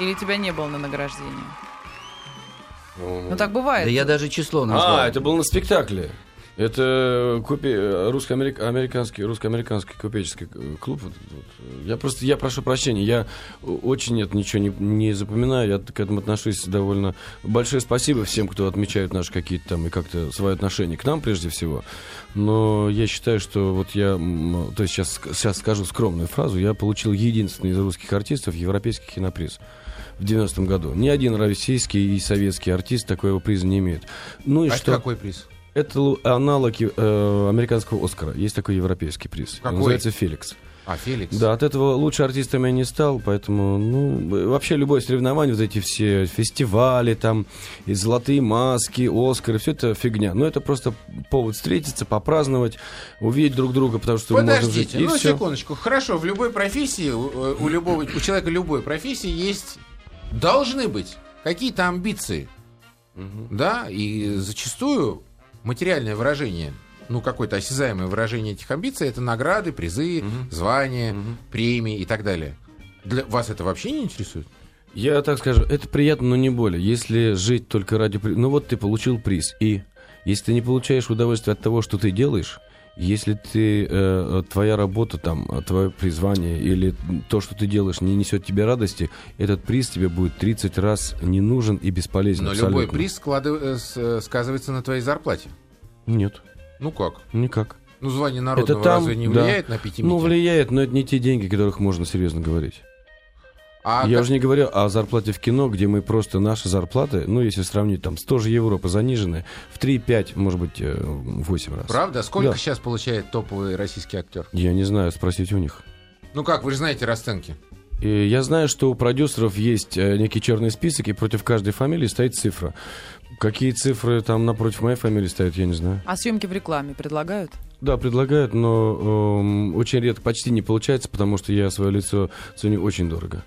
[SPEAKER 5] Или тебя не было на награждении? Ну так бывает.
[SPEAKER 4] Да я даже число назвал.
[SPEAKER 3] А, это было на спектакле. Это э, купе- русско-американский, русско-американский купеческий э, клуб. Вот- вот. Я просто, я прошу прощения, я о- очень это ничего не, не запоминаю, я к этому отношусь довольно... Большое спасибо всем, кто отмечает наши какие-то там и как-то свое отношение к нам прежде всего. Но я считаю, что вот я, м, то есть сейчас, сейчас скажу скромную фразу, я получил единственный из русских артистов европейский киноприз в 90-м году. Ни один российский и советский артист такого приза не имеет. Ну и
[SPEAKER 2] А это
[SPEAKER 3] что?
[SPEAKER 2] какой приз?
[SPEAKER 3] Это лу- аналог э, американского Оскара. Есть такой европейский приз. Он
[SPEAKER 2] Какой?
[SPEAKER 3] Называется Феликс.
[SPEAKER 2] А, Феликс.
[SPEAKER 3] Да, от этого лучше артистом я не стал, поэтому, ну, э, вообще любое соревнование, вот эти все фестивали, там, и золотые маски, Оскары, все это фигня. Но это просто повод встретиться, попраздновать, увидеть друг друга, потому что мы можем жить.
[SPEAKER 2] Подождите,
[SPEAKER 3] И
[SPEAKER 2] ну
[SPEAKER 3] все.
[SPEAKER 2] секундочку. Хорошо, в любой профессии, у, у любого, у человека любой профессии есть, должны быть какие-то амбиции. Да, и зачастую материальное выражение, ну какое-то осязаемое выражение этих амбиций, это награды, призы, звания, премии и так далее. Для вас это вообще не интересует?
[SPEAKER 3] Я так скажу, это приятно, но не более. Если жить только ради... при- Ну вот ты получил приз, и если ты не получаешь удовольствие от того, что ты делаешь, если ты, э, э, твоя работа, там, э, твое призвание или то, что ты делаешь, не несет тебе радости, этот приз тебе будет 30 раз не нужен и бесполезен.
[SPEAKER 2] Но
[SPEAKER 3] абсолютно.
[SPEAKER 2] любой приз складыв- э, с- э, сказывается на твоей зарплате.
[SPEAKER 3] Нет,
[SPEAKER 2] Ну как?
[SPEAKER 3] никак.
[SPEAKER 2] Ну, звание народного
[SPEAKER 3] Это там,
[SPEAKER 2] разве не
[SPEAKER 3] да.
[SPEAKER 2] влияет на пятимитие?
[SPEAKER 3] Ну, влияет, но это не те деньги, о которых можно серьезно говорить.
[SPEAKER 2] А
[SPEAKER 3] Я
[SPEAKER 2] как-
[SPEAKER 3] уже не говорю о зарплате в кино, где мы просто наши зарплаты, ну, если сравнить, там, с той же Европы занижены в 3-5, может быть, э, в 8 раз.
[SPEAKER 2] Правда? Сколько
[SPEAKER 3] Да.
[SPEAKER 2] сейчас получает топовый российский актер?
[SPEAKER 3] Я не знаю, спросите у них.
[SPEAKER 2] Ну как, вы же знаете расценки.
[SPEAKER 3] И я знаю, что у продюсеров есть э, некий черный список, и против каждой фамилии стоит цифра. Какие цифры там напротив моей фамилии стоят, я не знаю.
[SPEAKER 5] А съемки в рекламе предлагают?
[SPEAKER 3] Да, предлагают, но эм, очень редко, почти не получается, потому что я свое лицо ценю очень дорого.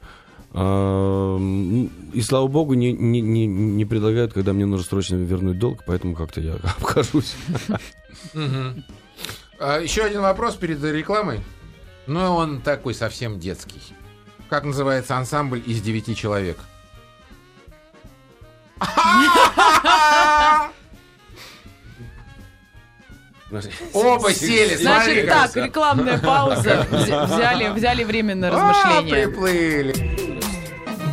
[SPEAKER 3] А, м, И слава богу, не, не, не, не предлагают, когда мне нужно срочно вернуть долг, поэтому как-то я обхожусь.
[SPEAKER 2] А, еще один вопрос перед рекламой. Ну, он такой совсем детский. Как называется ансамбль из девяти человек? Оба сели, смотри
[SPEAKER 5] Значит
[SPEAKER 2] как.
[SPEAKER 5] так, рекламная пауза. Взя- Взяли, взяли время на
[SPEAKER 2] А,
[SPEAKER 5] размышление.
[SPEAKER 2] приплыли.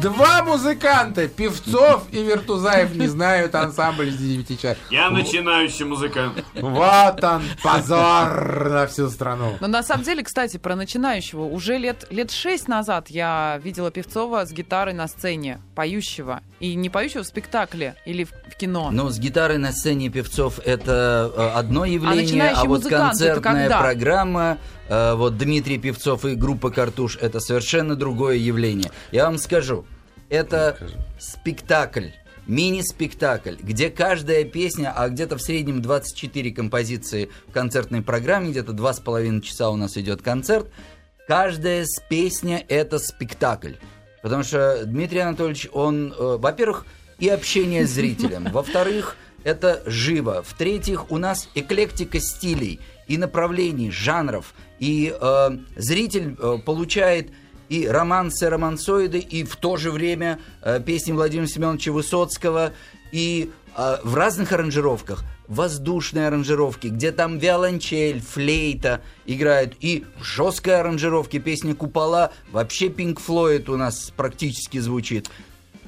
[SPEAKER 2] Два музыканта, Певцов и Вертузаев, не знают ансамбль из девяти человек.
[SPEAKER 6] Я начинающий музыкант.
[SPEAKER 2] Вот он, позор на всю страну.
[SPEAKER 5] Но на самом деле, кстати, про начинающего. Уже лет, лет шесть назад я видела Певцова с гитарой на сцене, поющего. И не поющего в спектакле или в, в кино.
[SPEAKER 4] Но Ну, с гитарой на сцене певцов это э, одно явление, а,
[SPEAKER 5] начинающие
[SPEAKER 4] вот
[SPEAKER 5] музыканты это
[SPEAKER 4] концертная
[SPEAKER 5] когда?
[SPEAKER 4] программа, э, вот Дмитрий Певцов и группа Картуш это совершенно другое явление. Я вам скажу, это
[SPEAKER 3] Ну,
[SPEAKER 4] спектакль. Мини-спектакль, где каждая песня, а где-то в среднем 24 композиции в концертной программе, где-то 2,5 часа у нас идет концерт, каждая с песня это спектакль. Потому что Дмитрий Анатольевич, он, э, во-первых, и общение с зрителем, во-вторых, это живо, в-третьих, у нас эклектика стилей и направлений, жанров, и э, зритель э, получает и романсы, романсоиды, и в то же время э, песни Владимира Семеновича Высоцкого, и э, в разных аранжировках, воздушные аранжировки, где там виолончель, флейта играют, и в жесткой аранжировке песни «Купола» вообще Пинк Флойд у нас практически звучит.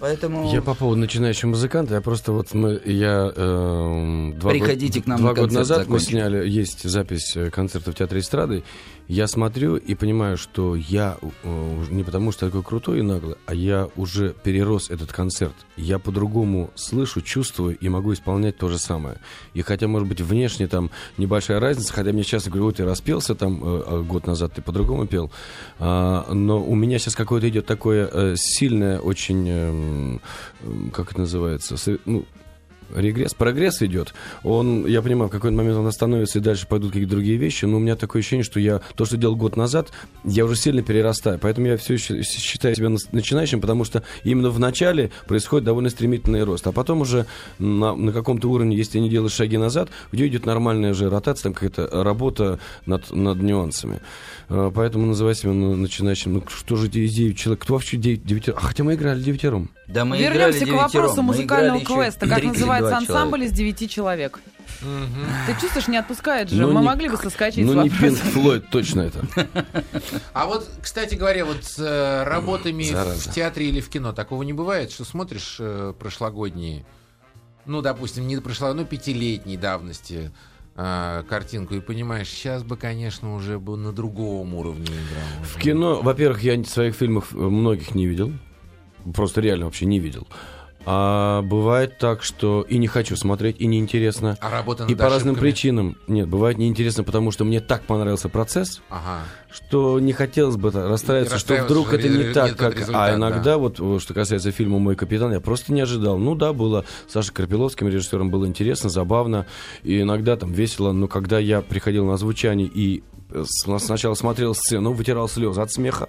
[SPEAKER 4] Поэтому...
[SPEAKER 3] Я по поводу начинающего музыканта, я просто вот мы, я эм, два, год-
[SPEAKER 4] Приходите к нам
[SPEAKER 3] два
[SPEAKER 4] на
[SPEAKER 3] года
[SPEAKER 4] концерт
[SPEAKER 3] назад
[SPEAKER 4] закончим.
[SPEAKER 3] мы сняли, есть запись э, концерта в Театре эстрады, я смотрю и понимаю, что я э, уж не потому что такой крутой и наглый, а я уже перерос этот концерт. Я по-другому слышу, чувствую и могу исполнять то же самое. И хотя, может быть, внешне там небольшая разница, хотя мне сейчас говорю, «Ой, ты распелся там э, а год назад, ты по-другому пел, А, но у меня сейчас какое-то идет такое э, сильное очень, эм, м, как это называется, со- ну, Регресс, прогресс идет. Он, я понимаю, в какой-то момент он остановится и дальше пойдут какие-то другие вещи, но у меня такое ощущение, что я то, что делал год назад, я уже сильно перерастаю. Поэтому я все еще считаю себя нас- начинающим, потому что именно в начале происходит довольно стремительный рост. А потом уже на, на каком-то уровне, если не делаешь шаги назад, где идет нормальная же ротация, там какая-то работа над, над нюансами. Э, Поэтому называй себя ну, начинающим. Ну, что же эти девять человек? Кто вообще девять? девятером? А хотя мы играли девятером.
[SPEAKER 4] Да мы
[SPEAKER 5] Вернемся
[SPEAKER 4] играли
[SPEAKER 5] к вопросу
[SPEAKER 4] девятером, мы
[SPEAKER 5] музыкального
[SPEAKER 4] играли еще
[SPEAKER 5] квеста. Как
[SPEAKER 4] 32
[SPEAKER 5] называется
[SPEAKER 4] человека.
[SPEAKER 5] ансамбль из девяти человек? Ты чувствуешь, не отпускает же.
[SPEAKER 3] Ну,
[SPEAKER 5] Мы
[SPEAKER 3] не-
[SPEAKER 5] могли бы соскочить с
[SPEAKER 3] Ну, не
[SPEAKER 5] вопроса.
[SPEAKER 3] Пинк Флойд, точно это.
[SPEAKER 2] А вот, кстати говоря, вот с э, работами
[SPEAKER 3] Зараза.
[SPEAKER 2] в театре или в кино такого не бывает, что смотришь э, прошлогодние, ну, допустим, не прошло, ну, пятилетней давности э, картинку и понимаешь, сейчас бы, конечно, уже бы на другом уровне играл.
[SPEAKER 3] В кино, во-первых, я своих фильмов э, многих не видел. Просто реально вообще не видел. А бывает так, что и не хочу смотреть, и неинтересно.
[SPEAKER 2] А работа над
[SPEAKER 3] И по разным
[SPEAKER 2] ошибками?
[SPEAKER 3] причинам. Нет, бывает неинтересно, потому что мне так понравился процесс,
[SPEAKER 2] Ага.
[SPEAKER 3] что не хотелось бы та- расстраиваться, что вдруг это
[SPEAKER 2] расстраиваться,
[SPEAKER 3] не
[SPEAKER 2] ре- не
[SPEAKER 3] так,
[SPEAKER 2] тот
[SPEAKER 3] как...
[SPEAKER 2] результат,
[SPEAKER 3] А иногда, вот э, что касается фильма «Мой капитан», я просто не ожидал. Ну да, было Саша Карпиловским режиссером, было интересно, забавно, и иногда там весело, но когда я приходил на звучание и э, с- сначала смотрел сцену, вытирал слезы от смеха,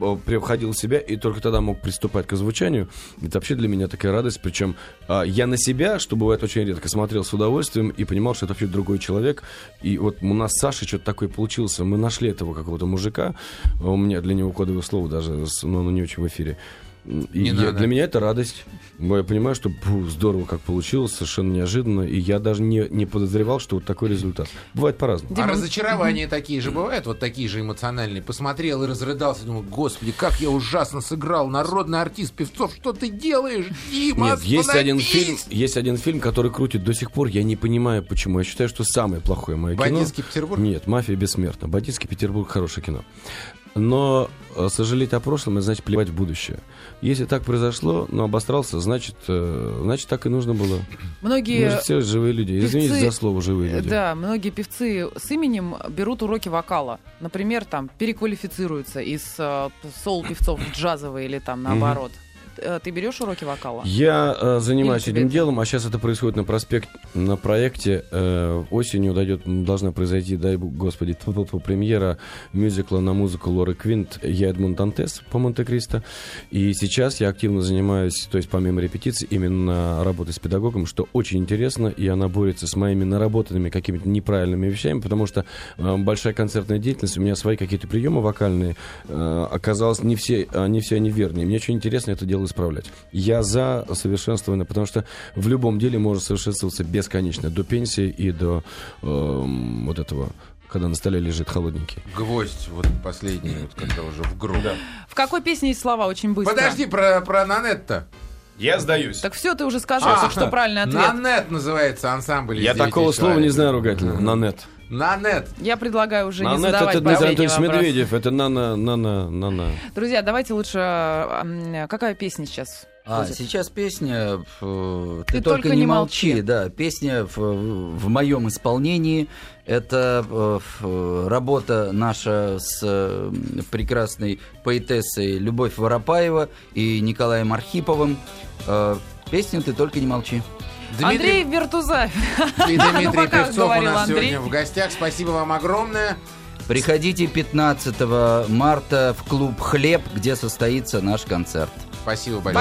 [SPEAKER 3] э, приходил в себя и только тогда мог приступать к озвучанию. Это вообще для меня такая радость. Причем а, я на себя, что бывает очень редко, смотрел с удовольствием и понимал, что это вообще другой человек. И вот у нас с Сашей что-то такое получился. А Мы нашли этого какого-то мужика. У меня для него кодовое слово даже, с- но оно не ну, очень в эфире. И
[SPEAKER 2] Не
[SPEAKER 3] я-
[SPEAKER 2] надо.
[SPEAKER 3] для меня это радость. Ну, Я понимаю, что пфу, здорово, как получилось, совершенно неожиданно. И я даже не, не подозревал, что вот такой результат. Бывает по-разному.
[SPEAKER 2] А разочарования такие же бывают, вот такие же эмоциональные. Посмотрел и разрыдался, думаю, господи, как я ужасно сыграл, народный артист, певцов, что ты делаешь, Дима,
[SPEAKER 3] Нет, есть один, фильм,
[SPEAKER 2] остановись!»
[SPEAKER 3] есть один фильм, который крутит до сих пор. Я не понимаю, почему. Я считаю, что самое плохое мое кино...
[SPEAKER 2] «Бандитский Петербург»?
[SPEAKER 3] Нет, «Мафия бессмертна». «Бандитский Петербург» — хорошее кино. Но э, сожалеть о прошлом, это значит плевать в будущее. Если так произошло, но обосрался, значит, э, значит так и нужно было. Мы
[SPEAKER 5] Многие
[SPEAKER 3] же все живые люди. Извините
[SPEAKER 5] певцы-
[SPEAKER 3] за слово живые люди.
[SPEAKER 5] Да, многие певцы с именем берут уроки вокала. Например, там переквалифицируются из э, сол-певцов в джазовые или там наоборот. Э, Ты берешь уроки вокала?
[SPEAKER 3] Я э, занимаюсь
[SPEAKER 5] Или тебе
[SPEAKER 3] этим
[SPEAKER 5] это-
[SPEAKER 3] делом, а сейчас это происходит на проспект, на проекте. Э, осенью дойдет, должна произойти, дай бог, господи, тьфу-тьфу-тьфу, премьера мюзикла на музыку Лоры Квинт «Я Эдмунд Дантес» по Монте-Кристо. И сейчас я активно занимаюсь, то есть помимо репетиций, именно работой с педагогом, что очень интересно, и она борется с моими наработанными какими-то неправильными вещами, потому что э, большая концертная деятельность, у меня свои какие-то приемы вокальные, э, оказалось, не все, а, не все они верные. Мне очень интересно это дело исправлять. Я за совершенствование, потому что в любом деле можно совершенствоваться бесконечно, до пенсии и до эм, вот этого, когда на столе лежит холодненький.
[SPEAKER 2] Гвоздь, вот последний, вот когда уже в грудь.
[SPEAKER 5] В какой песне есть слова очень быстро?
[SPEAKER 2] Подожди, про, про Нанетта. А,
[SPEAKER 7] Я сдаюсь.
[SPEAKER 5] Так все, ты уже сказал, только что правильный ответ.
[SPEAKER 2] Нанет называется ансамбль. из
[SPEAKER 3] Я
[SPEAKER 2] девяти
[SPEAKER 3] такого слова
[SPEAKER 2] человек.
[SPEAKER 3] не знаю ругательного. Нанет.
[SPEAKER 2] Нанет.
[SPEAKER 5] Я предлагаю уже не
[SPEAKER 3] Нанет
[SPEAKER 5] задавать
[SPEAKER 3] это Дмитрий
[SPEAKER 5] последний
[SPEAKER 3] Анатольевич
[SPEAKER 5] вопрос.
[SPEAKER 3] Медведев. Это нано, нано, нано.
[SPEAKER 5] Друзья, давайте лучше... э, м, Какая песня сейчас?
[SPEAKER 4] А,
[SPEAKER 5] будет?
[SPEAKER 4] сейчас песня ф, э, «Ты, только, не молчи», да, песня в, моем исполнении. Это э, ф, э, работа наша с э, прекрасной поэтессой Любовь Воропаева и Николаем Архиповым. Э, Песня «Ты только не молчи».
[SPEAKER 5] Андрей Вертузаев.
[SPEAKER 2] И
[SPEAKER 5] Ну,
[SPEAKER 2] Дмитрий
[SPEAKER 5] пока
[SPEAKER 2] Певцов у
[SPEAKER 5] говорил
[SPEAKER 2] нас
[SPEAKER 5] Андрей.
[SPEAKER 2] сегодня в гостях. Спасибо вам огромное.
[SPEAKER 4] Приходите 15 марта в клуб «Хлеб», где состоится наш концерт.
[SPEAKER 2] Спасибо большое.